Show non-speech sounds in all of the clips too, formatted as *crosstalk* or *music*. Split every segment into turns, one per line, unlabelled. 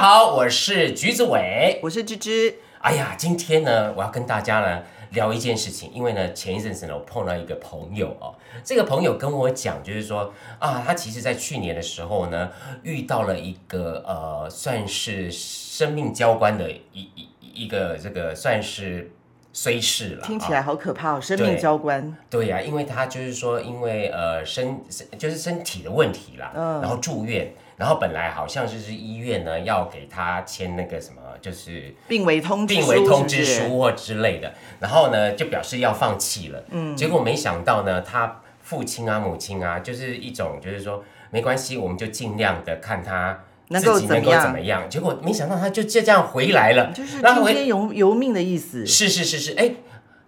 好，我是橘子伟。
我是芝芝。
哎呀，今天呢，我要跟大家呢聊一件事情，因为呢，前一阵子呢，我碰到一个朋友哦，这个朋友跟我讲，就是说啊，他其实在去年的时候呢，遇到了一个呃，算是生命交关的一一一个这个算是虽事了啊，
听起来好可怕哦，生命
对
交关。
对呀、因为他就是说，因为呃身身就是身体的问题啦，
嗯
然后住院，然后本来好像就是医院呢要给他签那个什么，就是
病危通知
病危通
是不
知
是
书或之类的，然后呢就表示要放弃了。嗯，结果没想到呢，他父亲啊、母亲啊，就是一种就是说没关系，我们就尽量的看他
能够
自己
怎
能
么
够
样
怎么样。结果没想到他就这样回来了，
就是
然
听
后回
天由由命的意思。
是是是是，哎、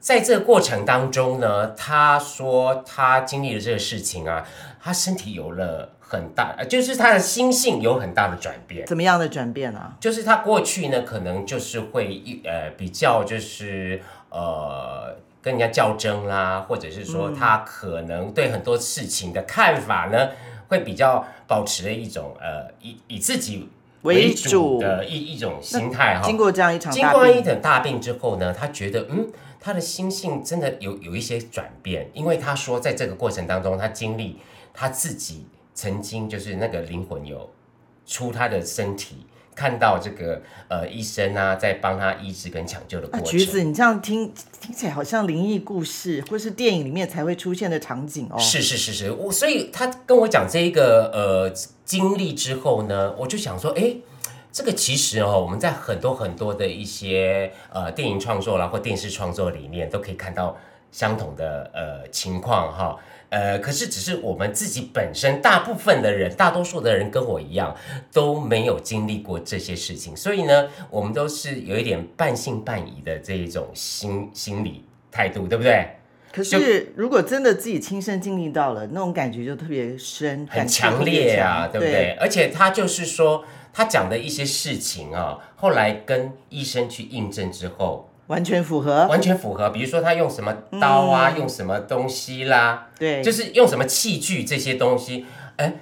在这个过程当中呢，他说他经历了这个事情啊，他身体有了很大，呃就是他的心性有很大的转变。
怎么样的转变啊？
就是他过去呢，可能就是会一呃比较就是呃跟人家较真啦，或者是
嗯
说他可能对很多事情的看法呢，会比较保持了一种呃以以自己
为
主
主
的一一种心态哈。
经过这样一场
经
大
过一
病，啊
场大病之后呢，他觉得嗯，他的心性真的有有一些转变，因为他说在这个过程当中，他经历他自己曾经就是那个灵魂有出他的身体，看到这个呃医生啊在帮他医治跟抢救的过
啊，
程。
橘子，你这样听听起来好像灵异故事或是电影里面才会出现的场景哦。
是是是是，我所以他跟我讲这一个呃经历之后呢，我就想说，哎，这个其实哦，我们在很多很多的一些呃电影创作啦或电视创作里面都可以看到相同的呃情况哈。呃，可是只是我们自己本身，大部分的人，大多数的人跟我一样，都没有经历过这些事情，所以呢，我们都是有一点半信半疑的这一种心心理态度，对不对？
可
啊
是如果真的自己亲身经历到了，那种感觉就特别深，
很
感触特
强
别
烈啊，
强
对不对？？而且他就是说，他讲的一些事情啊，后来跟医生去印证之后，
完全符合。
完全符合。比如说他用什么刀啊，用什么东西啦，
对，
就是用什么器具这些东西，哎，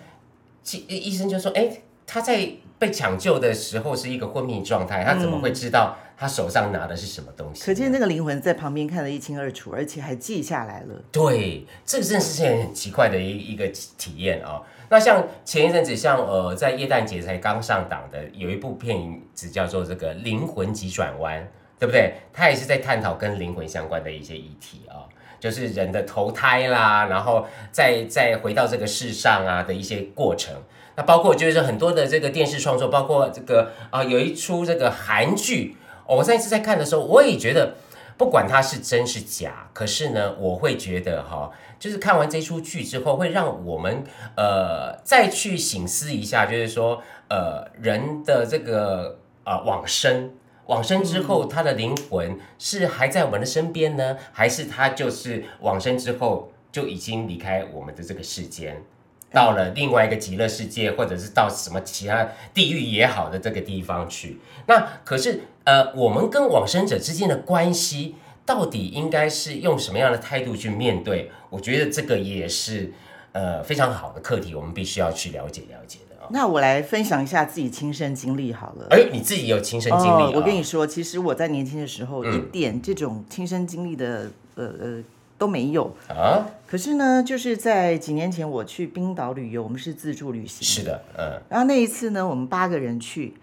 其医医生就说，哎，他在被抢救的时候是一个昏迷状态，他怎么会知道他手上拿的是什么东西呢？
可见那个灵魂在旁边看得一清二楚，而且还记下来了。
对，这个真的是件很奇怪的一一个体验哦。那像前一阵子，像呃，在耶诞节才刚上档的，有一部片影只叫做这个《灵魂急转弯》，对不对？它也是在探讨跟灵魂相关的一些议题啊、就是人的投胎啦，然后再再回到这个世上啊的一些过程。那包括就是很多的这个电视创作，包括这个啊、有一出这个韩剧，哦我上一次在看的时候，我也觉得不管它是真是假，可是呢，我会觉得哈、就是看完这出剧之后，会让我们呃再去醒思一下，就是说呃人的这个呃往生。往生之后，他的灵魂是还在我们的身边呢，还是他就是往生之后就已经离开我们的这个世间，到
嗯
了另外一个极乐世界，或者是到什么其他地狱也好的这个地方去？那可是呃，我们跟往生者之间的关系，到底应该是用什么样的态度去面对？我觉得这个也是呃非常好的课题，我们必须要去了解了解的哦。
那我来分享一下自己亲身经历好了。
哎，你自己有亲身经历、嗯哦
我跟你说，其实我在年轻的时候一点这种亲身经历的，呃呃都没有。
啊，
可是呢，就是在几年前我去冰岛旅游，我们是自助旅行，
是的，嗯，
然后那一次呢，我们八个人去，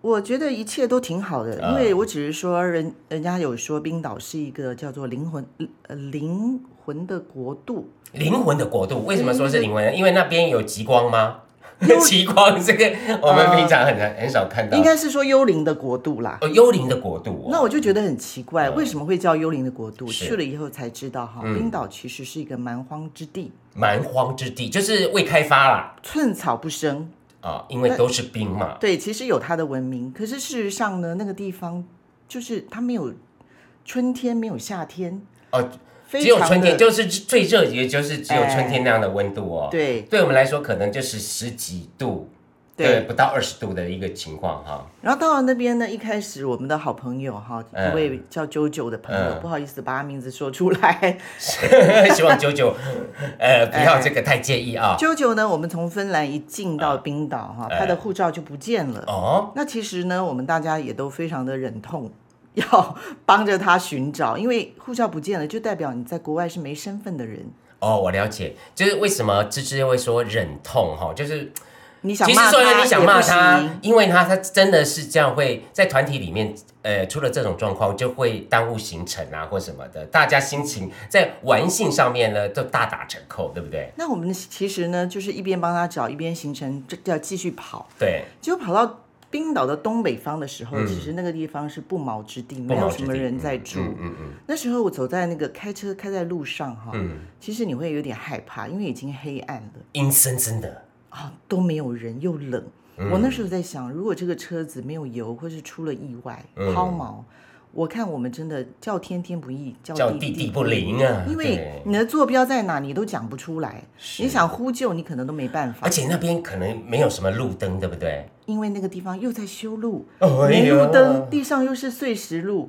我觉得一切都挺好
啊
的，因为我只是说人人家有说冰岛是一个叫做灵魂呃灵魂的国度，
灵魂的国度为什么说是灵魂
嗯
呢？因为那边有极光吗？ *laughs* 极光这个我们平常很难、很少看到
应，该是说幽灵的国度啦。
哦，幽灵的国度、哦。
那我就觉得很奇怪，为什么会叫幽灵的国度？
是嗯
去了以后才知道哈，冰岛其实是一个蛮荒之地，
蛮荒之地，就是未开发啦
寸草不生。
啊，因为都是冰嘛。
对，其实有它的文明，可是事实上呢，那个地方就是它没有春天，没有夏天，
哦，
非
只有
常
春天，
的
就是最热，也就是只有春天那样的温度哦。
对
对我们来说可能就是十几度对，
对。
不到二十度的一个情况哈。 *laughs*
然后到了那边呢，一开始我们的好朋友哈，
嗯
一位叫 JoJo 的朋友，
嗯
不好意思把他名字说出来。
希望九九，
哎
呃，不要这个太介意啊。
*laughs* JoJo 呢，我们从芬兰一进
嗯
到冰岛哈，他的护照就不见了。
哦，
那其实呢，我们大家也都非常的忍痛，要 *laughs* 帮着他寻找，因为护照不见了，就代表你在国外是没身份的人。
哦，我了解，就是为什么芝芝会说忍痛哈，就是
你想
其实
骂
说真的
他，
你想骂
也不
他
行，
因为他他真的是这样会在团体里面，呃，出了这种状况就会耽误行程啊或什么的，大家心情在玩性上面呢都大打折扣，对不对？
那我们其实呢，就是一边帮他找，一边行程这要继续跑，
对，
结果跑到冰岛的东北方的时候，其实那个地方是不毛之地，没
嗯毛
有
之
什么
地
人在住。
嗯嗯，
那时候我走在那个开车开在路上哈，
嗯
其实你会有点害怕，因为已经黑暗了。
阴森森的，
啊，都没有人，又冷。我那时候在想，如果这个车子没有油，或是出了意外
嗯
抛锚，我看我们真的叫天天不应，
叫
叫
地
地
地
不
不灵啊，
因为
对
你的坐标在哪，你都讲不出来，你想呼救，你可能都没办法
而，且那边可能没有什么路灯，对不对？
因为那个地方又在修路，
哦
没路灯，
哎
地上又是碎石路。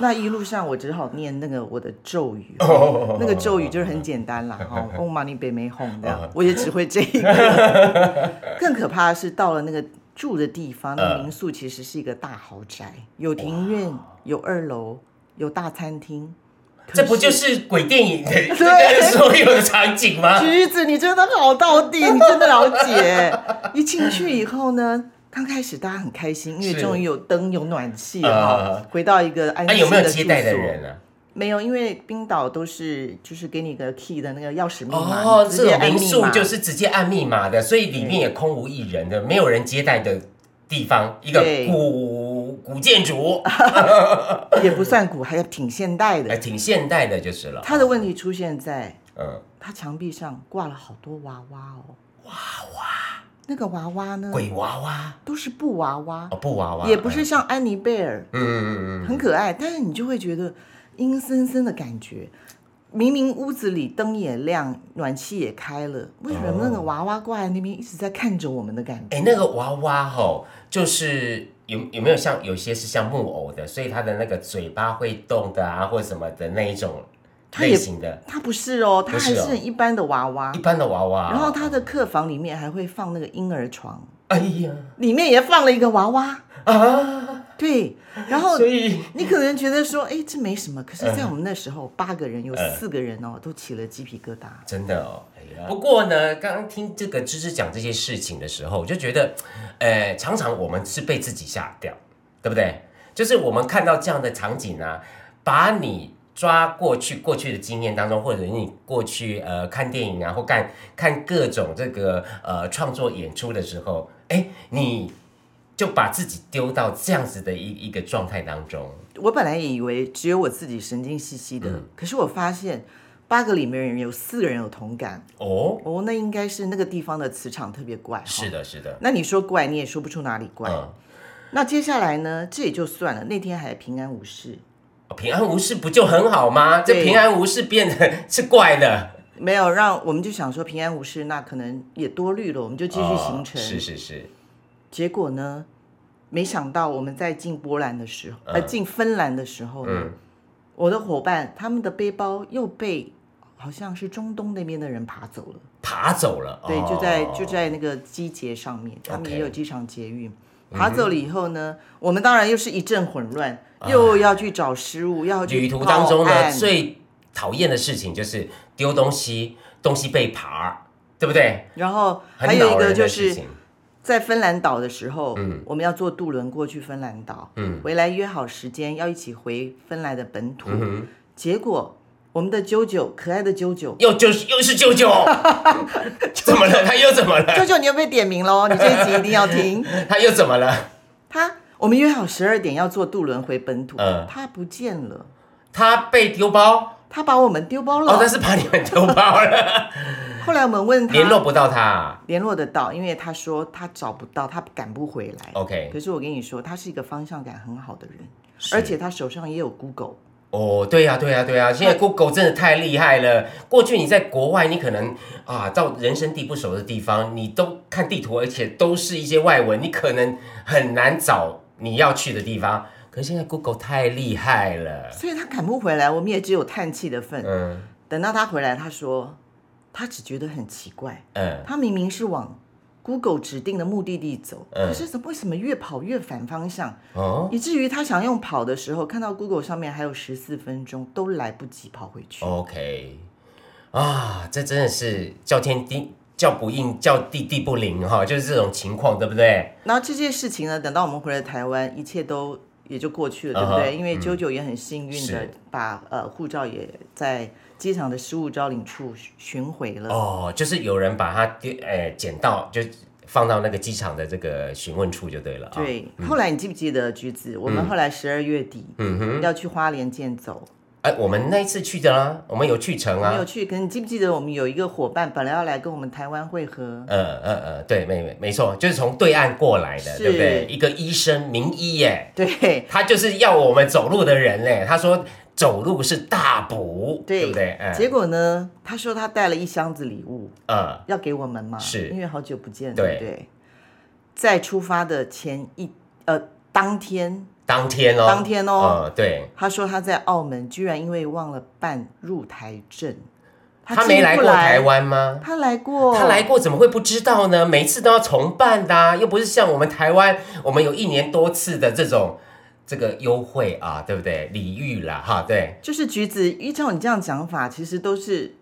那一路上我只好念那个我的咒
*laughs*
语，那
哦
个咒语就是很简单啦，哈，Om Mani p a m e Hum 这样，我也只会这一个。
*laughs*
更可怕的是到了那个住的地方，那
嗯
个民宿其实是一个大豪宅，有庭院，有二楼，有大餐厅。
这不就是鬼电影的这个 *laughs* 所有的场景吗？
橘子，你真的好到地，你真的了解。一进去以后
*laughs*
呢，刚开始大家很开心，因为
是
终于有灯有暖气
呃
哈，回到一个安
啊，
心
有没有
的
接
住
待的
所
人啊？
没有，因为冰岛都是就是给你个 key 的那个钥匙密码，
哦，
你直
这
接按
种民
密码
宿就是直接按密码的，所以里面也空无一人的，没有人接待的地方，一个
对
古古建筑，
也不算古，还挺现代
哎，
的。
挺现代的就是了。
它的问题出现在
嗯，
它墙壁上挂了好多娃娃哦，娃娃，那个娃娃呢，
鬼娃娃
都是布娃娃，
哦，布娃娃
也不是，像安妮贝尔
嗯嗯嗯嗯
很可爱，但是你就会觉得阴森森的感觉。明明屋子里灯也亮，暖气也开了，为什么那个娃娃挂在那边一直在看着我们的感觉？
哦嗯，哎，那个娃娃吼，就是有有没有像有些是像木偶的，所以它的那个嘴巴会动的啊，或什么的那一种
它也
类型的，
它不是哦，它
不是
还
哦
是很一般的娃娃
一。般的娃娃。
然后他的客房里面还会放那个婴儿床，
哎呀
里面也放了一个娃娃。
啊，
对，然后
所以嗯
你可能觉得说，哎，这没什么。可是，在我们那时候，八个人有四个人哦，都起了鸡皮疙瘩。
真的哦。哎呀不过呢，刚刚听这个芝芝讲这些事情的时候，我就觉得，呃，常常我们是被自己吓掉，对不对？就是我们看到这样的场景啊，把你抓过去过去的经验当中，或者你过去呃看电影啊，或看看各种这个呃创作演出的时候，哎，你就把自己丢到这样子的一一个状态当中，
我本来也以为只有我自己神经兮兮
嗯
的，可是我发现八个里面人有四个人有同感。
哦，
哦，那应该是那个地方的磁场特别怪。
是
的。
的，是的，
那你说怪，你也说不出哪里怪。
嗯。
那接下来呢？这也就算了，那天还平安无事。
平安无事不就很好吗？这
对
平安无事变得是怪的，
没有让我们就想说平安无事，那可能也多虑了，我们就继续行程。
哦是是是，
结果呢，没想到我们在进波兰的时候，呃，进芬兰的时候呢，
嗯，
我的伙伴他们的背包又被好像是中东那边的人爬走了。
爬走了，
对，
哦
就在就在那个机捷上面，他们也有机场捷
嗯
运。爬走了以后呢，我们当然又是一阵混乱，又要去找失物，要去
啊旅途当中
报
呢，
案
最讨厌的事情就是丢东西，东西被爬，对不对？
然后还
很
有一
恼
个
人
就
的事
是
情。
在芬兰岛的时候，我们要坐渡轮过去芬兰岛，
嗯
回来约好时间要一起回芬兰的本土。
嗯哼，
结果我们的啾啾，可爱的啾啾， *laughs*
又就是又是舅舅，怎么了？他又怎么了？
啾啾你又被点名哦喽，你这一集一定要
*laughs*
听。
他又怎么了？
他我们约好十二点要坐渡轮回本土，
嗯
他不见了，
他被丢包
他把我们丢包了。
哦，但是把你们丢包
*laughs*
了，
后来我们问他
联络不到他。
联络得到，因为他说他找不到，他赶不回来。
哦 OK，
可是我跟你说，他是一个方向感很好的人，而且他手上也有 Google。
哦，对呀、对呀、对呀、现在 Google 真的太厉害了。过去你在国外，你可能啊到人生地不熟的地方，你都看地图，而且都是一些外文，你可能很难找你要去的地方。可是现在 Google 太厉害了，
所以他赶不回来，我们也只有叹气的份。
嗯
等到他回来，他说他只觉得很奇怪，
嗯，
他明明是往 Google 指定的目的地走，
嗯
可是怎么为什么越跑越反方向？
哦
以至于他想用跑的时候，看到 Google 上面还有十四分钟，都来不及跑回
哦
去。
，OK，啊，这真的是叫天地叫不应，叫地地不灵哈、就是这种情况，对不对？
然后这件事情呢，等到我们回来台湾，一切都也就过去了，对不
嗯
对？
哼
因为九九也很幸运的
是
把呃护照也在机场的失物招领处寻回了。
哦，就是有人把它丢，哎，捡到就放到那个机场的这个询问处就对了啊。，
对，后来你记不记得橘子？我们后来十二月底
嗯哼，
要去花莲健走，
哎，我们那一次去的啦，我们有去成
我们
啊
有。去。可你记不记得我们有一个伙伴本来要来跟我们台湾会合？
呃呃呃，对，没没没错，就是从对岸过来的，
是
对不对？一个医生名医耶，
对，
他就是要我们走路的人嘞。他说走路是大补，
对
不对？嗯
结果呢，他说他带了一箱子礼物
呃，
要给我们嘛，
是
因为好久不见，对
对
不对？在出发的前一呃当天，
当天哦，
当天哦
呃，对，
他说他在澳门居然因为忘了办入台证，
他
进
没
不哦
来过台，湾吗？
他来过，
他来过怎么会不知道呢？每次都要重办的、啊，又不是像我们台湾，我们有一年多次的这种这个优惠啊，对不对？礼遇啦，哈，对
就是橘子，依照你这样讲法，其实都是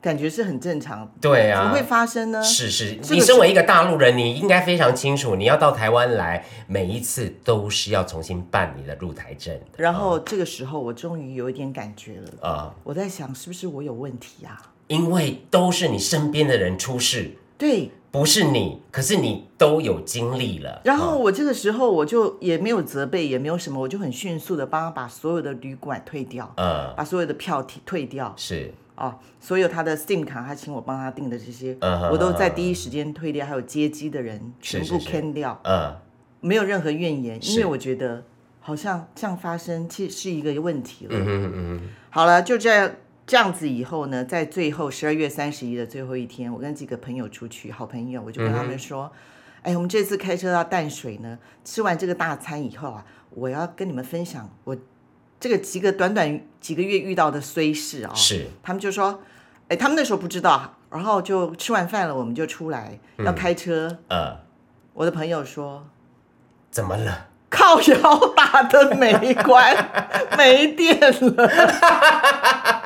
感觉是很正常，
对啊，
怎么会发生呢？
是是，
这个
你身为一个大陆人，你应该非常清楚，你要到台湾来，每一次都是要重新办你的入台证的
然后这个时候，我终于有一点感觉了，
啊、
我在想是不是我有问题啊？
因为都是你身边的人出事，
对，
不是你，可是你都有经历了。
然后我这个时候我就也没有责备，也没有什么，我就很迅速的帮他把所有的旅馆退掉，
呃，
把所有的票退退掉
是
啊，所有他的 SIM 卡，他请我帮他订的这些
嗯哼，
我都在第一时间退掉，还有接机的人
是
全部
是是
can 掉，
呃，
没有任何怨言，
是
因为我觉得好像这样发生其实是一个问题了。
嗯嗯嗯
好了，就这样这样子以后呢，在最后十二月三十一的最后一天，我跟几个朋友出去，好朋友，我就跟他们说，
嗯
哎，我们这次开车到淡水呢，吃完这个大餐以后啊，我要跟你们分享我这个几个短短几个月遇到的虽事啊、
嗯，是
他们就说，哎，他们那时候不知道，然后就吃完饭了，我们就出来
嗯
要开车，
呃，
我的朋友说。
怎么了？
靠摇打的没关，没电了， *laughs*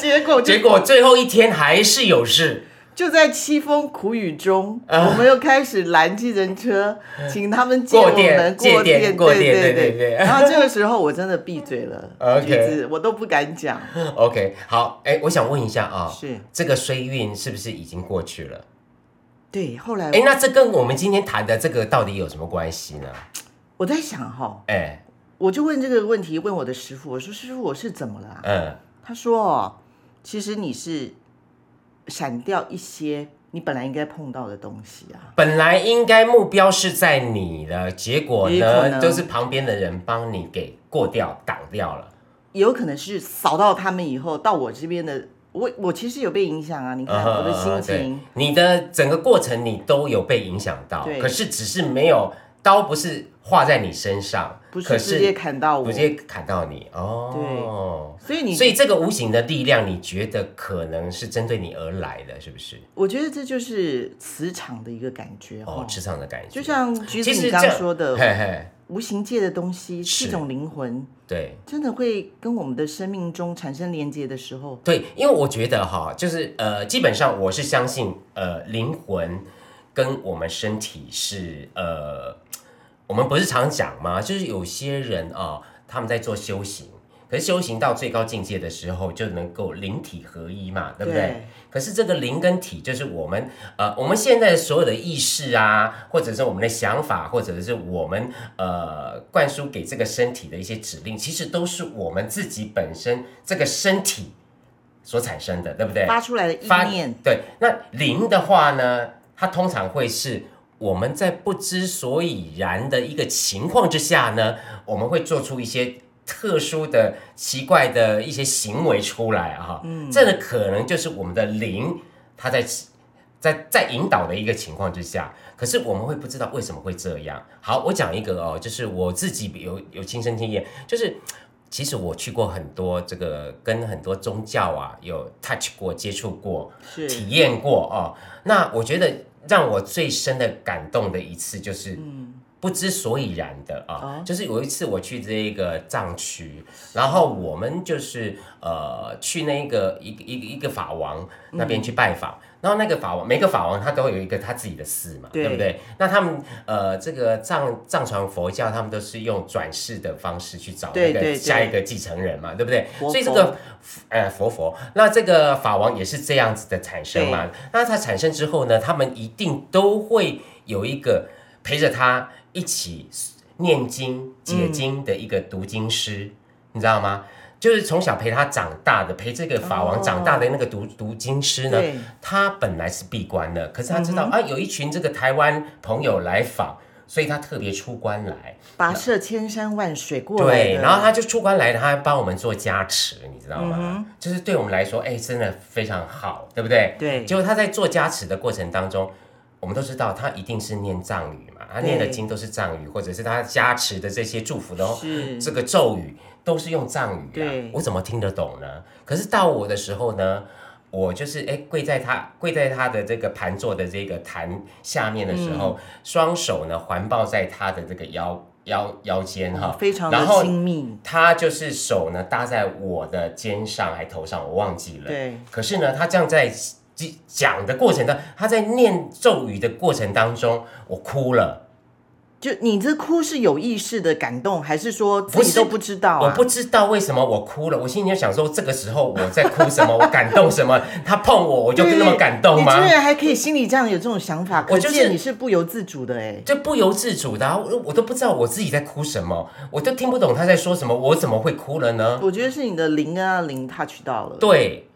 结果就
结果最后一天还是有事，
就在凄风苦雨中，我们又开始拦计程车，请他们借
过
我
电
们
借
嗯过
电
电，
过
对
电对对
对
对
然后这个时候我真的闭嘴了，
OK
橘子我都不敢讲，
OK，好，哎，我想问一下啊、
是
这个衰运是不是已经过去了？
对。后来
哎，那这跟我们今天谈的这个到底有什么关系呢？
我在想哈，
哎，
我就问这个问题，问我的师傅，我说师傅我是怎么了啊？
嗯。
他说哦，其实你是闪掉一些你本来应该碰到的东西啊。
本来应该目标是在你的，结果
也可
呢，
能
都是旁边的人帮你给过掉、挡掉了。
也有可能是扫到他们以后，到我这边的，我我其实有被影响啊。你看我的心情，
嗯对你的整个过程你都有被影响到，
对
可是只是没有刀不是划在你身上，
不
可
是
是
直接砍到我
直，接砍到你哦。
所以你，
所以这个无形的力量，你觉得可能是针对你而来的，是不是？
我觉得这就是磁场的一个感觉
哦
哦，。
磁场的感觉，
就像橘子
其实
你刚
这
刚说的，
嘿嘿，
无形界的东西是
是
一种灵魂，
对。
真的会跟我们的生命中产生连接的时候，
对，因为我觉得哈，就是呃，基本上我是相信呃，灵魂跟我们身体是呃，我们不是常讲吗？就是有些人啊，他们在做修行，可是修行到最高境界的时候，就能够灵体合一嘛，对不对？
对
可是这个灵跟体，就是我们呃，我们现在所有的意识啊，或者是我们的想法，或者是我们呃灌输给这个身体的一些指令，其实都是我们自己本身这个身体所产生的，对不对？
发出来的
发
意念，
对，那灵的话呢，它通常会是我们在不知所以然的一个情况之下呢，我们会做出一些特殊的、奇怪的一些行为出来啊，嗯，这个可能就是我们的灵，它在在在引导的一个情况之下，可是我们会不知道为什么会这样。好，我讲一个哦，就是我自己有有亲身经验，就是其实我去过很多这个跟很多宗教啊有 touch 过、接触过、
是
体验过哦。那我觉得让我最深的感动的一次就是。不知所以然的啊，
嗯哦
就是有一次我去这个藏区，然后我们就是呃去那个一个一个一个法王那
嗯
边去拜访，然后那个法王每个法王他都有一个他自己的寺嘛，对
对
不对？那他们呃这个藏藏传佛教他们都是用转世的方式去找那
对对
个
对
下一个继承人嘛，对不对？
佛
所以这
佛
个呃佛佛，那这个法王也是这样子的产生嘛。那它产生之后呢，他们一定都会有一个陪着他一起念经解经的一个读经师，你知道吗？就是从小陪他长大的，陪这个法王长大的那个读、读经师呢
对，
他本来是闭关的，可是他知道、啊，有一群这个台湾朋友来访，所以他特别出关来。
跋涉千山万水过来
对，
的
然后他就出关来，他还帮我们做加持，你知道吗？
嗯
就是对我们来说，哎、真的非常好，对不对？
对
结果他在做加持的过程当中，我们都知道他一定是念藏语嘛，他念的
对
经都是藏语，或者是他加持的这些祝福的哦
是
这个咒语都是用藏语啊
对，
我怎么听得懂呢？可是到我的时候呢？我就是哎，跪在他跪在他的这个盘坐的这个坛下面的时
嗯
候，双手呢环抱在他的这个腰腰腰间哈，
非常
啊然
的
后
亲密，
他就是手呢搭在我的肩上还头上，我忘记了。
对，
可是呢，他这样在讲的过程当，他在念咒语的过程当中，我哭了。
就你这哭是有意识的感动，还是说
不
自己
是
都不知道
我
啊？
不知道为什么我哭了，我心里就想说，这个时候我在哭什么？我感动什么？ *laughs* 他碰我，我就
对
那么感动吗？啊
你居然还可以心里这样有这种想法，
我
可
就是
见你是不由自主的哎。
就不由自主的、啊，我我都不知道我自己在哭什么，我都听不懂他在说什么，我怎么会哭了呢？
我觉得是你的灵啊灵 touch 到了，
对，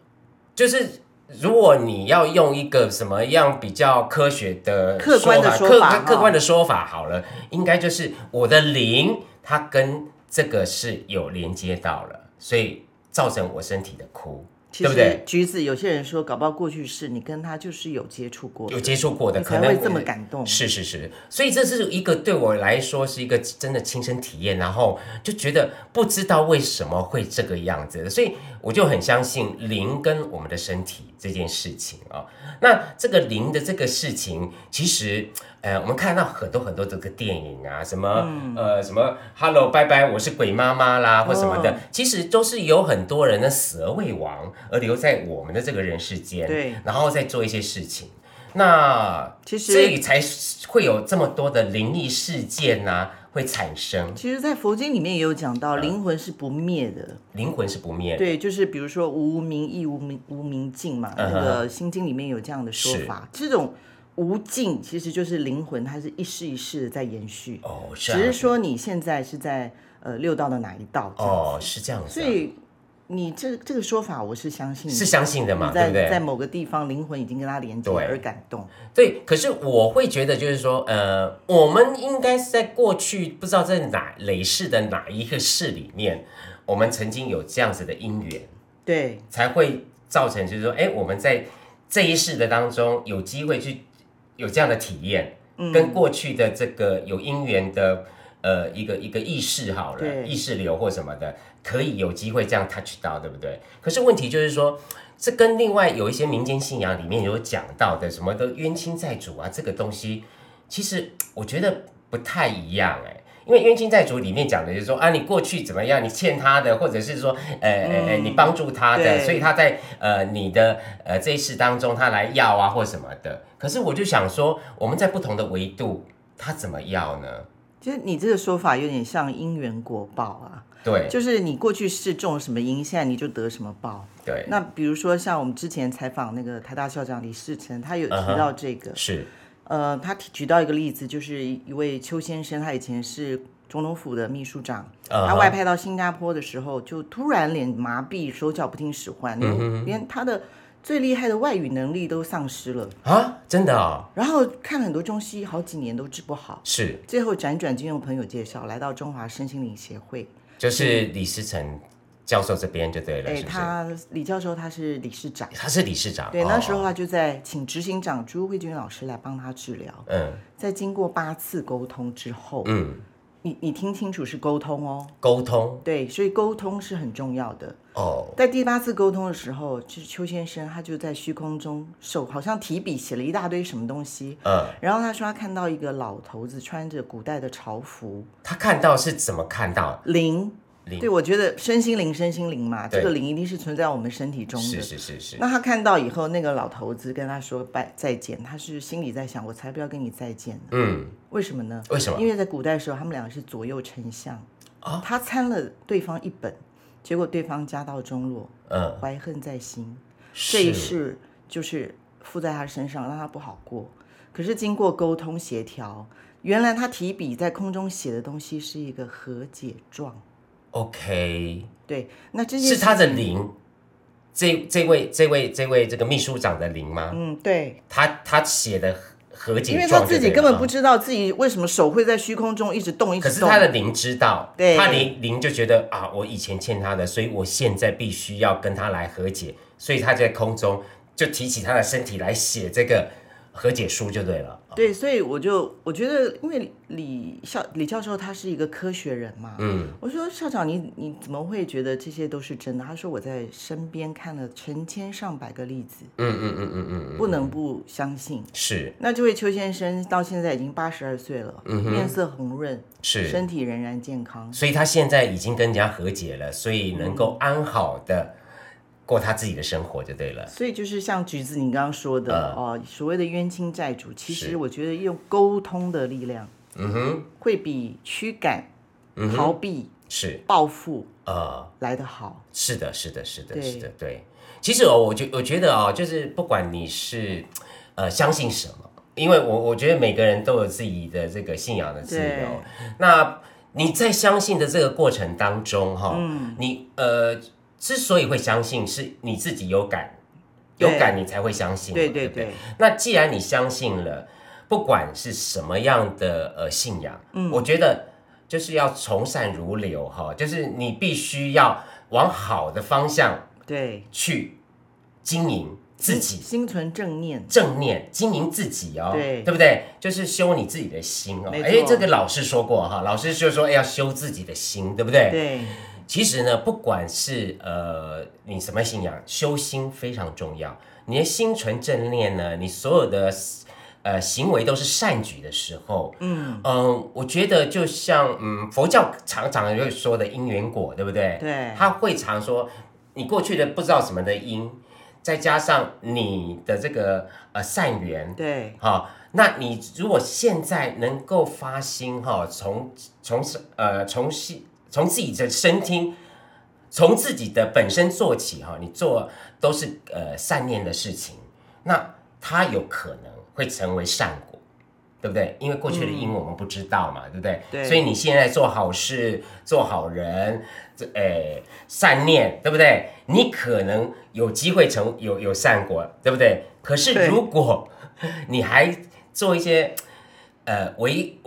就是如果你要用一个什么样比较科学的
客观的
说
说法
客
哈
客观的说法好了，应该就是我的灵，它跟这个是有连接到了，所以造成我身体的哭，
其
对不
实
对？
橘子有些人说，搞不好过去是你跟他就是有接触过的
有，接触过的，
你
可
才
能
会
我
这么感动。
是是是，所以这是一个对我来说是一个真的亲身体验，然后就觉得不知道为什么会这个样子，所以我就很相信灵跟我们的身体这件事情啊、那这个灵的这个事情，其实呃，我们看到很多很多这个电影啊，什么、呃什么 Hello 拜拜，我是鬼妈妈啦或什么的，
嗯哦
其实都是有很多人的死而未亡，而留在我们的这个人世间，
对
然后再做一些事情。那
其实
所以才会有这么多的灵异事件呐、会产生。
其实，在佛经里面也有讲
嗯
到，灵魂是不灭的。
灵魂是不灭，
对，就是比如说无名亦无名无名尽嘛，
嗯哼
那个《心经》里面有这样的说法。这种无尽其实就是灵魂，它是一世一世的在延续，
哦，是
只
啊
是说你现在是在呃六道的哪一道这样。
哦，是这样子
所
啊、
以你这这个说法，我是相信的
是相信的嘛，对
在
不对？
在某个地方灵魂已经跟他连接
对
而感动，
对，可是我会觉得就是说，呃，我们应该是在过去不知道在哪累世的哪一个世里面，我们曾经有这样子的因缘，
对，
才会造成就是说，哎，我们在这一世的当中有机会去有这样的体验，跟过去的这个有因缘的。呃，一个一个意识好了，
对
意识流或什么的，可以有机会这样 touch 到，对不对？可是问题就是说，这跟另外有一些民间信仰里面有讲到的什么的冤亲债主啊，这个东西，其实我觉得不太一样哎、因为冤亲债主里面讲的就是说啊，你过去怎么样，你欠他的，或者是说，呃呃呃，你帮助他的，
嗯对
所以他在呃你的呃这一世当中他来要啊或什么的。可是我就想说，我们在不同的维度，他怎么要呢？
其实你这个说法有点像因缘果报啊，
对
就是你过去是种什么因，现在你就得什么报。
对，
那比如说像我们之前采访那个台大校长李世成，他有提
嗯哼
到这个
是
呃，他提举到一个例子，就是一位邱先生，他以前是总统府的秘书长
嗯
他
哼
外派到新加坡的时候，就突然脸麻痹，手脚不听使唤，
嗯
连他的最厉害的外语能力都丧失了，
啊，真的哦，
然后看了很多中西医，好几年都治不好，
是
最后辗转经由朋友介绍，来到中华身心灵协会。
就是李思成教授这边就对了，
哎，
是不是？
他李教授他是理事长，
他是理事长，
对，
哦
那时候他就在请执行长朱慧君老师来帮他治疗。
嗯
在经过八次沟通之后，
嗯，
你你听清楚是沟通哦，
沟通
对，所以沟通是很重要的。
哦，
在第八次沟通的时候，就是邱先生他就在虚空中手好像提笔写了一大堆什么东西，
嗯，
然后他说他看到一个老头子穿着古代的朝服，
他看到是怎么看到？
灵，
灵
对我觉得身心灵身心灵嘛，
对
这个灵一定是存在我们身体中
是
的。
是是是，
那他看到以后，那个老头子跟他说拜再见，他是心里在想，我才不要跟你再见呢。
嗯，
为什么呢？
为什么
因为在古代的时候，他们两个是左右丞相，
哦
他参了对方一本，结果对方家道中落，
嗯，
怀恨在心，这一
是
世就是附在他身上，让他不好过。可是经过沟通协调，原来他提笔在空中写的东西是一个和解状。
OK，
对，那这件
是他的
事情，
灵，这这位这位这位这个秘书长的灵吗？
嗯，对，
他他写的和解
因为他
状就
自己
对
根
了
本不知道自己为什么手会在虚空中一直动，一
啊可
直
是
动。
他的灵知道，
对
他灵灵就觉得啊，我以前欠他的，所以我现在必须要跟他来和解，所以他在空中就提起他的身体来写这个和解书就对了。
对，所以我就我觉得，因为李校李教授他是一个科学人嘛，嗯，我说校长你你怎么会觉得这些都是真的？他说我在身边看了成千上百个例子，
嗯嗯嗯嗯嗯嗯，
不能不相信。
是
那这位邱先生到现在已经八十二岁了，
嗯
面色红润，
是，
身体仍然健康。
所以他现在已经跟人家和解了，所以能够安好的过他自己的生活就对了。
所以就是像橘子你刚刚说的、
呃
哦，所谓的冤亲债主，其
是
实我觉得用沟通的力量，
嗯哼，嗯
会比驱赶、逃避、
是
报复
呃。
来得好。
是的，是的，是的，
对
是的，对。其实哦，我觉我觉得哦，就是不管你是呃相信什么，因为我我觉得每个人都有自己的这个信仰的自
对
由。那你在相信的这个过程当中哈、
嗯
你呃之所以会相信，是你自己有感，有
对
感你才会相信嘛，
对
对
对
不对
对。
那既然你相信了，不管是什么样的呃信仰，
嗯
我觉得就是要从善如流哈，就是你必须要往好的方向
对，
去经营自己
心，心存正念，
正念，经营自己哦，
嗯对
不对？就是修你自己的心哦。
没
哎，
错
这个老师说过哈，老师就说哎要修自己的心，对不对？
对
其实呢，不管是呃你什么信仰，修心非常重要。你的心存正念呢，你所有的呃行为都是善举的时候，嗯嗯、我觉得就像嗯佛教常常会说的因缘果，对不对？
对
他会常说你过去的不知道什么的因，再加上你的这个呃善缘，
对
好、那你如果现在能够发心哈、从从呃从心从自己的身听，从自己的本身做起哈、你做都是呃善念的事情，那它有可能会成为善果。对不对？因为过去的因我们不知道嘛，对不对？
嗯对
所以你现在做好事、做好人，这诶善念，对不对？你可能有机会成有有善果，对不对？可是
对
如果你还做一些呃违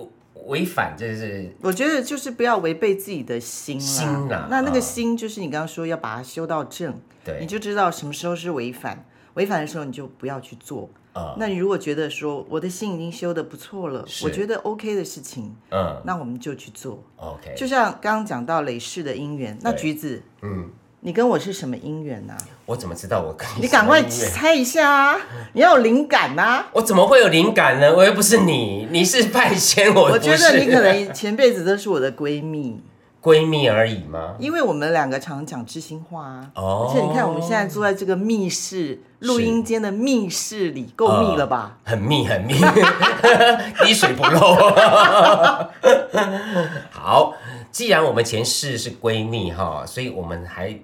违反，就是
我觉得就是不要违背自己的心啦。
心啦
那那
啊
个心就是你刚刚说要把它修到正，
对
你就知道什么时候是违反，违反的时候你就不要去做。
啊
那你如果觉得说我的心已经修的不错了，
是
我觉得 OK 的事情，
嗯
那我们就去做。
，OK，
就像刚刚讲到累世的姻缘，那
对
橘子，
嗯，
你跟我是什么姻缘呐、
我怎么知道我跟
你赶快
什么姻缘
猜一下啊！你要有灵感呐、
我怎么会有灵感呢？我又不是你，你是拜仙， *laughs* 我
我
不
觉
是
得你可能前辈子都是我的闺蜜，
*laughs* 闺蜜而已吗？
因为我们两个常讲知心话啊。
哦
而且你看，我们现在坐在这个密室录音间的密室里，够密了吧？
很密很密， *laughs* 滴水不漏。 *laughs* 好，既然我们前世是闺蜜哈，所以我们还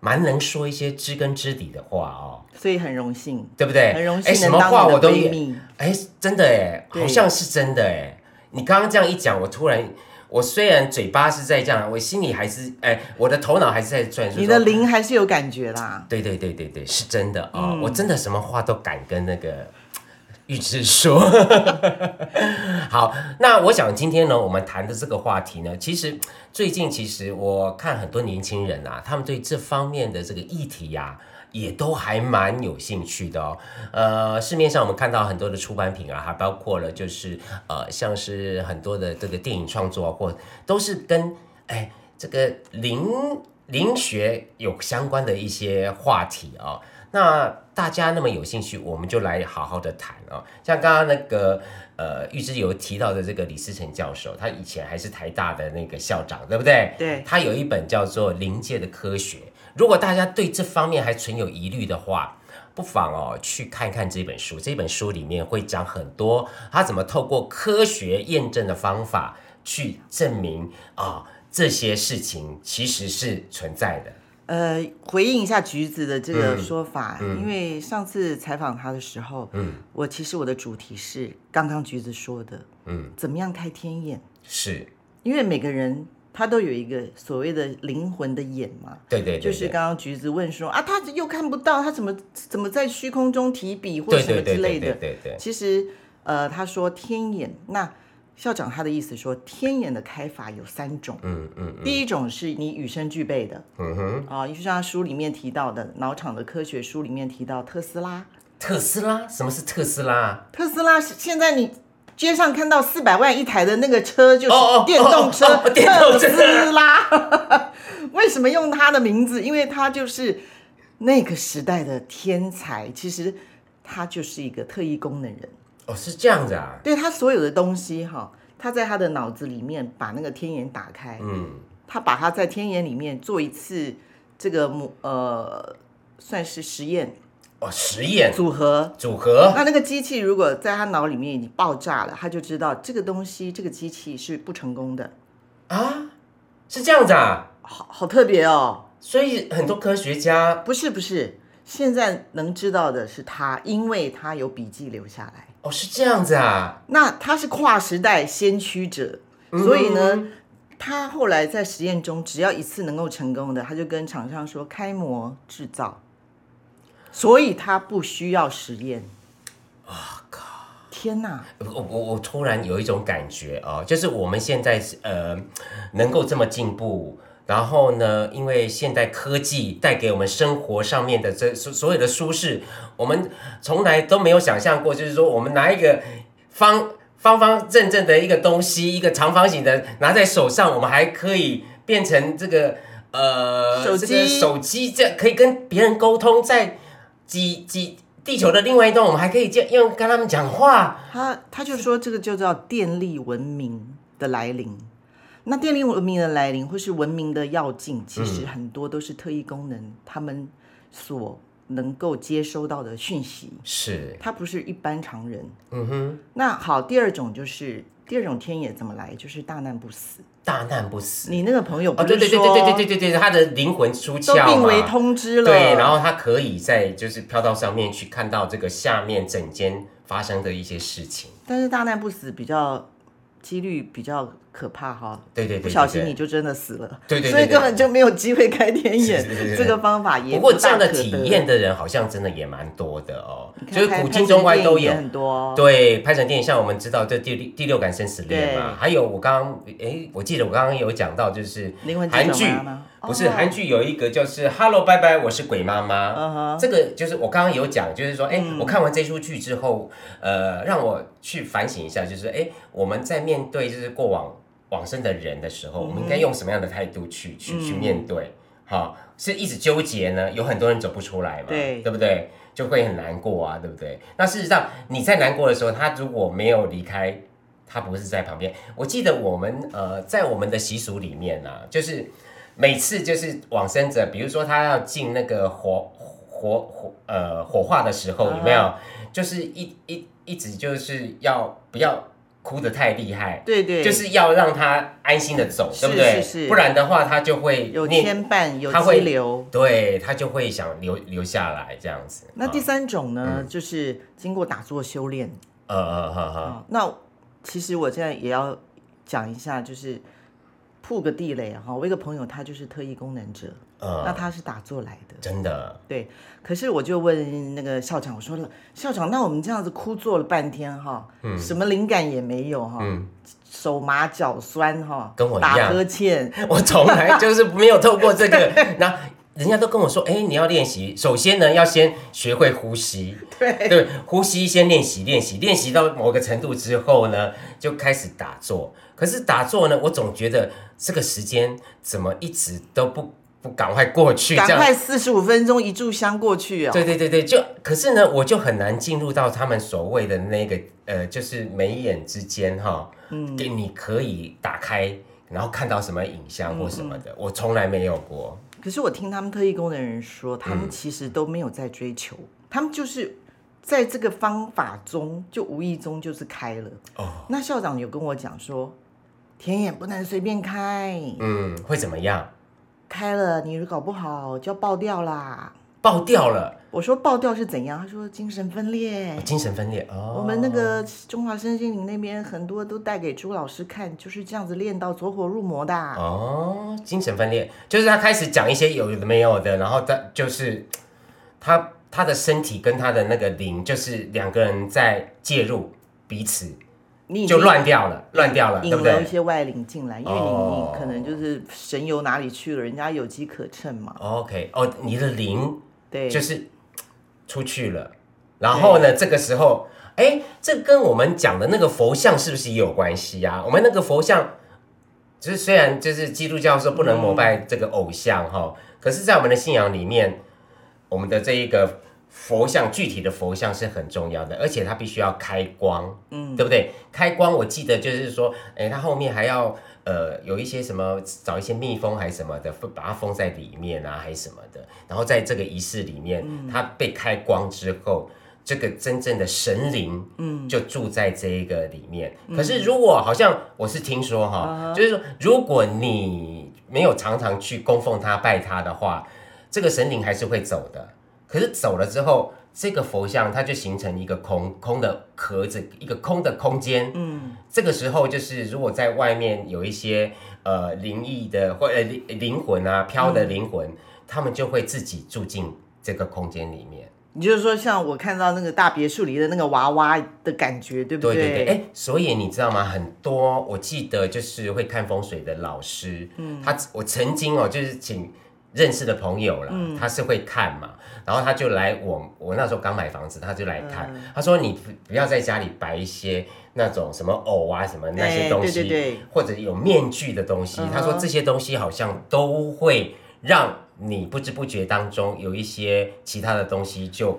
蛮能说一些知根知底的话哦，
所以很荣幸，
对不对？
很荣幸
哎什
能
么话
当
我
你
都
的闺蜜。
哎，真的哎，
对
好像是真的哎。你刚刚这样一讲，我突然，我虽然嘴巴是在这样，我心里还是哎，我的头脑还是在转。就
你
说
的灵还是有感觉啦。嗯
对对对对对，是真的啊、哦我真的什么话都敢跟那个预知说。 *laughs* 好，那我想今天呢，我们谈的这个话题呢，其实最近其实我看很多年轻人啊，他们对这方面的这个议题呀、也都还蛮有兴趣的哦，呃，市面上我们看到很多的出版品啊，还包括了就是呃，像是很多的这个电影创作啊或都是跟哎这个灵灵学有相关的一些话题啊、那大家那么有兴趣，我们就来好好的谈啊、像刚刚那个呃，玉之有提到的这个李思成教授，他以前还是台大的那个校长，对不对？
对
他有一本叫做《临界的科学》。如果大家对这方面还存有疑虑的话，不妨哦去看看这本书。这本书里面会讲很多他怎么透过科学验证的方法去证明啊、这些事情其实是存在的。
呃，回应一下橘子的这
嗯
个说法，因为上次采访他的时候，嗯，我其实我的主题是刚刚橘子说的，
嗯，
怎么样开天眼？
是，
因为每个人他都有一个所谓的灵魂的眼嘛，
对对对
就
对
是刚刚橘子问说啊，他又看不到，他怎么怎么在虚空中提笔或
对
什么
对对
之类
对
的
对？对对，
其实呃，他说天眼，那校长他的意思说天眼的开法有三种，
嗯嗯
第一种是你与生俱备的
嗯哼，
啊，就像他书里面提到的《脑场的科学》书里面提到特斯拉，
特斯拉，什么是特斯拉？
特斯拉是现在你。街上看到四百万一台的那个车就是
哦哦
电动车，
哦哦哦电动车
特斯拉。 *laughs* 为什么用它的名字？因为它就是那个时代的天才，其实他就是一个特异功能人。
哦，是这样子啊，
对他所有的东西哈，他在他的脑子里面把那个天眼打开，
嗯，
他把他在天眼里面做一次这个模呃算是实验
哦，实验
组合。
组合，
那那个机器如果在他脑里面已经爆炸了，他就知道这个东西这个机器是不成功的。
啊是这样子啊，
好好特别哦，
所以很多科学家，
不是不是，现在能知道的是他，因为他有笔记留下来。
哦，是这样子啊，
那他是跨时代先驱者，所以呢，他后来在实验中只要一次能够成功的，他就跟厂商说开模制造，所以他不需要实验。啊靠！天哪！
我我我突然有一种感觉哦，就是我们现在是呃能够这么进步，然后呢，因为现代科技带给我们生活上面的这所所有的舒适，我们从来都没有想象过，就是说我们拿一个方方方正正的一个东西，一个长方形的拿在手上，我们还可以变成这个呃
手
这个
机
手机这样可以跟别人沟通，在几几。地球的另外一端，我们还可以这样用跟他们讲话，
他他就说这个就叫电力文明的来临。那电力文明的来临，或是文明的要进，其实很多都是特异功能他们所能够接收到的讯息。
是，
他不是一般常人。
嗯哼，
那好，第二种就是第二种天野怎么来，就是大难不死。
大难不死。
你那个朋友不
哦，对
是
对对
说
对对对对对对，他的灵魂出
都
窍
病危
嘛，
通知了，
对，然后他可以在就是飘到上面去看到这个下面整间发生的一些事情。
但是大难不死比较几率比较可怕哈。
对对对对对
不小心你就真的死了，
对
*laughs*
对对对
所以根本就没有机会开天眼
是是是是，
这个方法也
不过
大
这样的
可
体
得，
验的人好像真的也蛮多的哦，
你看
就是
拍
古
拍
今
成
中外
电
都
影也
有。
很多哦。
对，拍成电影，像我们知道这第六第六感生死恋嘛
对，
还有我刚刚哎，我记得我刚刚有讲到，就是
灵魂急
韩
转
剧
弯吗
不是
哦
韩剧有一个就是 Hello 拜拜，我是鬼妈妈。
嗯哼嗯
这个就是我刚刚有讲，就是说，哎、我看完这出剧之后，呃，让我去反省一下，就是哎，我们在面对就是过往往生的人的时
嗯
候，我们应该用什么样的态度去去、去面对？好，是一直纠结呢，有很多人走不出来嘛，
对
对不对？就会很难过啊，对不对？那事实上，你在难过的时候，他如果没有离开，他不是在旁边。我记得我们呃，在我们的习俗里面啊，就是每次就是往生者，比如说他要进那个火火火呃火化的时候，
啊
有没有？就是一一一直就是要不要哭得太厉害，
对对，
就是要让他安心的走，
是
对不
是
对？
是
不然的话，他就会
有
念
牵绊，有
他
激
会
流。
对他就会想留留下来这样子。
那第
啊
三种呢，就是经过打坐修炼，嗯
呃呃呃呃，
那其实我现在也要讲一下，就是铺个地雷哈。我一个朋友他就是特异功能者，那
嗯，
他是打坐来的。
真的，
对，可是我就问那个校长，我说了，校长，那我们这样子枯坐了半天哈，
嗯
什么灵感也没有哈，手麻脚酸哈，
跟我一样
打呵欠，
我从来就是没有透过这个，
*laughs*
那人家都跟我说，哎、你要练习，首先呢要先学会呼吸，
*laughs* 对
对，呼吸先练习练习，练习到某个程度之后呢，就开始打坐。可是打坐呢，我总觉得这个时间怎么一直都不不赶快过去，
赶
*laughs* 这样
快四十五分钟一炷香过去哦。
对对对对，就可是呢，我就很难进入到他们所谓的那个呃，就是眉眼之间哈，嗯，给你可以打开，然后看到什么影像或什么的，我从来没有过。
可是我听他们特异功能人说，他
嗯
们其实都没有在追求，他们就是在这个方法中就无意中就是开了。
哦，
那校长有跟我讲说，天眼不能随便开，
嗯，会怎么样？
开了你搞不好就要爆掉啦。
爆掉了，
我说爆掉是怎样？他说精神分裂。
精神分裂哦。
我们那个中华身心灵那边很多都带给朱老师看，就是这样子练到走火入魔的啊、
哦，精神分裂就是他开始讲一些有的没有的，然后他就是他他的身体跟他的那个灵，就是两个人在介入彼此，
你已
就
经
乱掉了，乱掉了，对
引
不
了
对
一？些外灵进来，因为你
哦
你可能就是神游哪里去了，人家有机可乘嘛。
OK，哦，你的灵
对，
就是嘖出去了，然后呢，这个时候，哎，这跟我们讲的那个佛像是不是也有关系呀、我们那个佛像，就是虽然就是基督教说不能膜拜这个偶像哈、可是，在我们的信仰里面，我们的这一个佛像，具体的佛像是很重要的，而且它必须要开光，嗯，对不对？开光，我记得就是说，哎，它后面还要呃有一些什么，找一些蜜蜂还是什么的，封把它封在里面啊，还是什么的。然后在这个仪式里面，它被开光之后。这个真正的神灵，嗯，就住在这一个里面。可是如果好像我是听说啊哈，就是说，如果你没有常常去供奉他、拜他的话，这个神灵还是会走的。可是走了之后，这个佛像它就形成一个空空的壳子，一个空的空间。嗯，这个时候就是如果在外面有一些呃灵异的或呃灵灵魂啊飘的灵魂，他们就会自己住进这个空间里面。
你就是说像我看到那个大别墅里的那个娃娃的感觉，对不
对
对
对对，哎、所以你知道吗？很多我记得就是会看风水的老师，嗯，他我曾经哦，就是请认识的朋友啦，
嗯
他是会看嘛，然后他就来我我那时候刚买房子，他就来看，
嗯
他说你不不要在家里摆一些那种什么偶啊什么那些
哎
东西，
对对对
或者有面具的东西，他
嗯
说
哼
这些东西好像都会让你不知不觉当中有一些其他的东西就。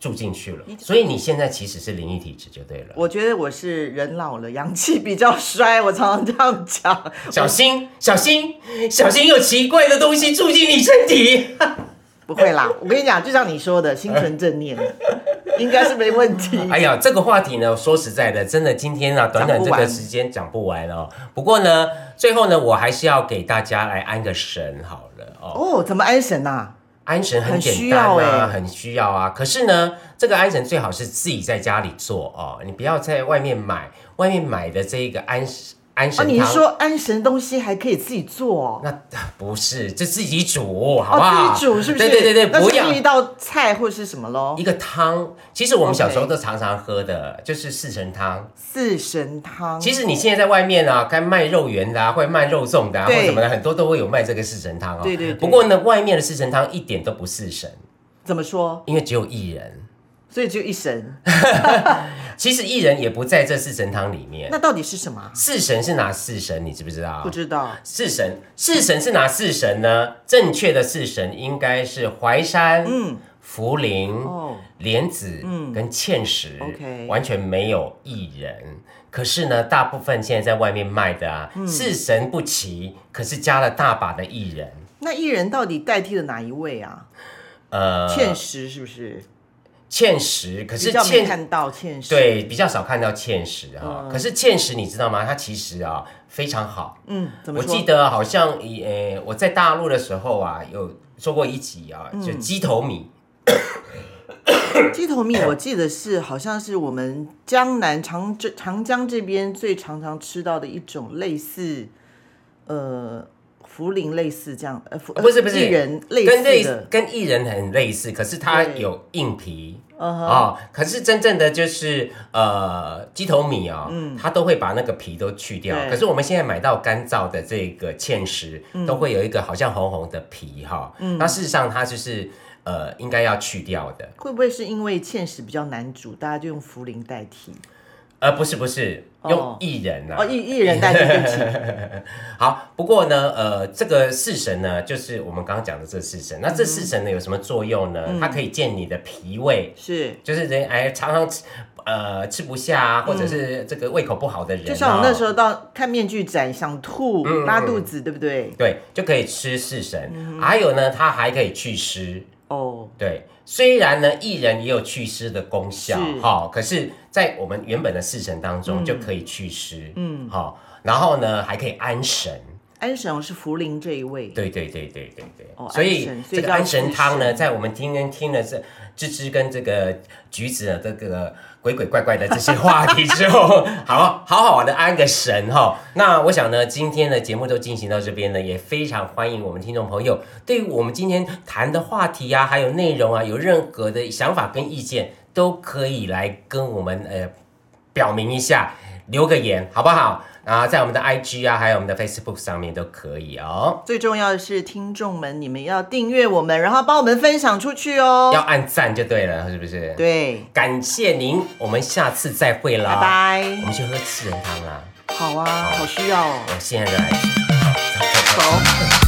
住进去了，所以你现在其实是灵异体质就对了。
我觉得我是人老了，阳气比较衰，我常常这样讲。 *laughs*
小心，小心，小心！有奇怪的东西住进你身
*laughs*
体。
不会啦，我跟你讲，就像你说的，心存正念，
*laughs*
应该是没问题。
哎呀，这个话题呢，说实在的，真的今天啊，短短这
讲不
个
完
时间讲不完哦。不过呢，最后呢，我还是要给大家来安个神好了哦。
哦，怎么安神呐、啊？
安神很
很
简
需
单
要
啊，
欸
很需要啊。可是呢，这个安神最好是自己在家里做哦，你不要在外面买，外面买的这一个安安
哦，
神
你是
汤。
说安神东西还可以自己做哦？
那不是，就自己煮，好不好？
哦，自己煮是不是？
对对对对，
那
不
是
要
不是一道菜或是什么喽
一？个汤，其实我们
OK
小时候都常常喝的，就是四神汤。
四神汤。
其实你现在在外面啊，该卖肉圆的啊，会卖肉粽的啊，或
对
什么的，很多都会有卖这个四神汤哦。
对对对
不过呢，外面的四神汤一点都不四神，
怎么说？
因为只有一人。
所以只有一
*laughs*
神，
其实一人也不在这四神汤里面。
那到底是什么啊？
四神是哪四神？你知不知道？
不知道。
四神，四神是哪四神呢？正确的四神应该是淮山、嗯、涪陵、
哦
莲子、嗯、跟芡实
OK
完全没有一人。可是呢，大部分现在在外面卖的啊，
嗯
四神不齐，可是加了大把的艺人。
那艺人到底代替了哪一位啊？
呃，
芡实是不是？
芡实，可是
比较没
芡
看到芡实。，
对，比较少看到芡实哈、可是芡实你知道吗？它其实啊非常好，
嗯，怎么
我
说？
记得好像以呃我在大陆的时候啊，有做过一集啊，
嗯
就鸡头米，
*clears throat* 鸡头米，我记得是好像是我们江南长这长江这边最常常吃到的一种类似呃福林类似这样，呃，福
不是不是
艺人类
跟类
似的，
跟艺人很类似，可是它
对
有硬皮。
嗯哼
哦，可是真正的就是呃鸡头米哦，它都会把那个皮都去掉。
嗯对嗯
可是我们现在买到干燥的这个芡实，都会有一个好像红红的皮哈、那事实上它就是呃应该要去掉的。
会不会是因为芡实比较难煮，大家就用茯苓代替？
呃，不是不是，用薏仁啊。
哦，一一人代替对不
*laughs*
起，
好，不过呢，呃，这个四神呢，就是我们刚刚讲的这四神。那这四神呢有什么作用呢？
嗯
它可以健你的脾胃，
是。
就是人哎常常吃呃吃不下啊，或者是这个胃口不好的人、哦，
嗯
嗯
就像我那时候到看面具展想吐拉肚子，对不对？
对，就可以吃四神。
嗯
还有呢，它还可以祛湿。
哦，
对，虽然呢，薏仁也有祛湿的功效，
是嗯
哈、可是，在我们原本的四神当中就可以祛湿，嗯，好、然后呢，还可以安神，
安神是福林这一位，
对对对对对对，
哦
所
安
以
神所以
这个
叫
安神汤
祛
呢，
湿
在我们今天听了这芝芝跟这个橘子的这个鬼鬼怪怪的这些话题之后， *laughs* 好好好的安个神哈、那我想呢，今天的节目都进行到这边呢，也非常欢迎我们听众朋友对于我们今天谈的话题啊，还有内容啊，有任何的想法跟意见，都可以来跟我们呃表明一下，留个言好不好？啊，在我们的 IG 啊，还有我们的 Facebook 上面都可以哦。
最重要的是听众们，你们要订阅我们，然后帮我们分享出去哦
要。按赞就对了，是不是？，
对，
感谢您，我们下次再会啦，
拜。拜
我。们去喝四人汤啦，
好啊，好需要哦。
我现在热爱吃。
走。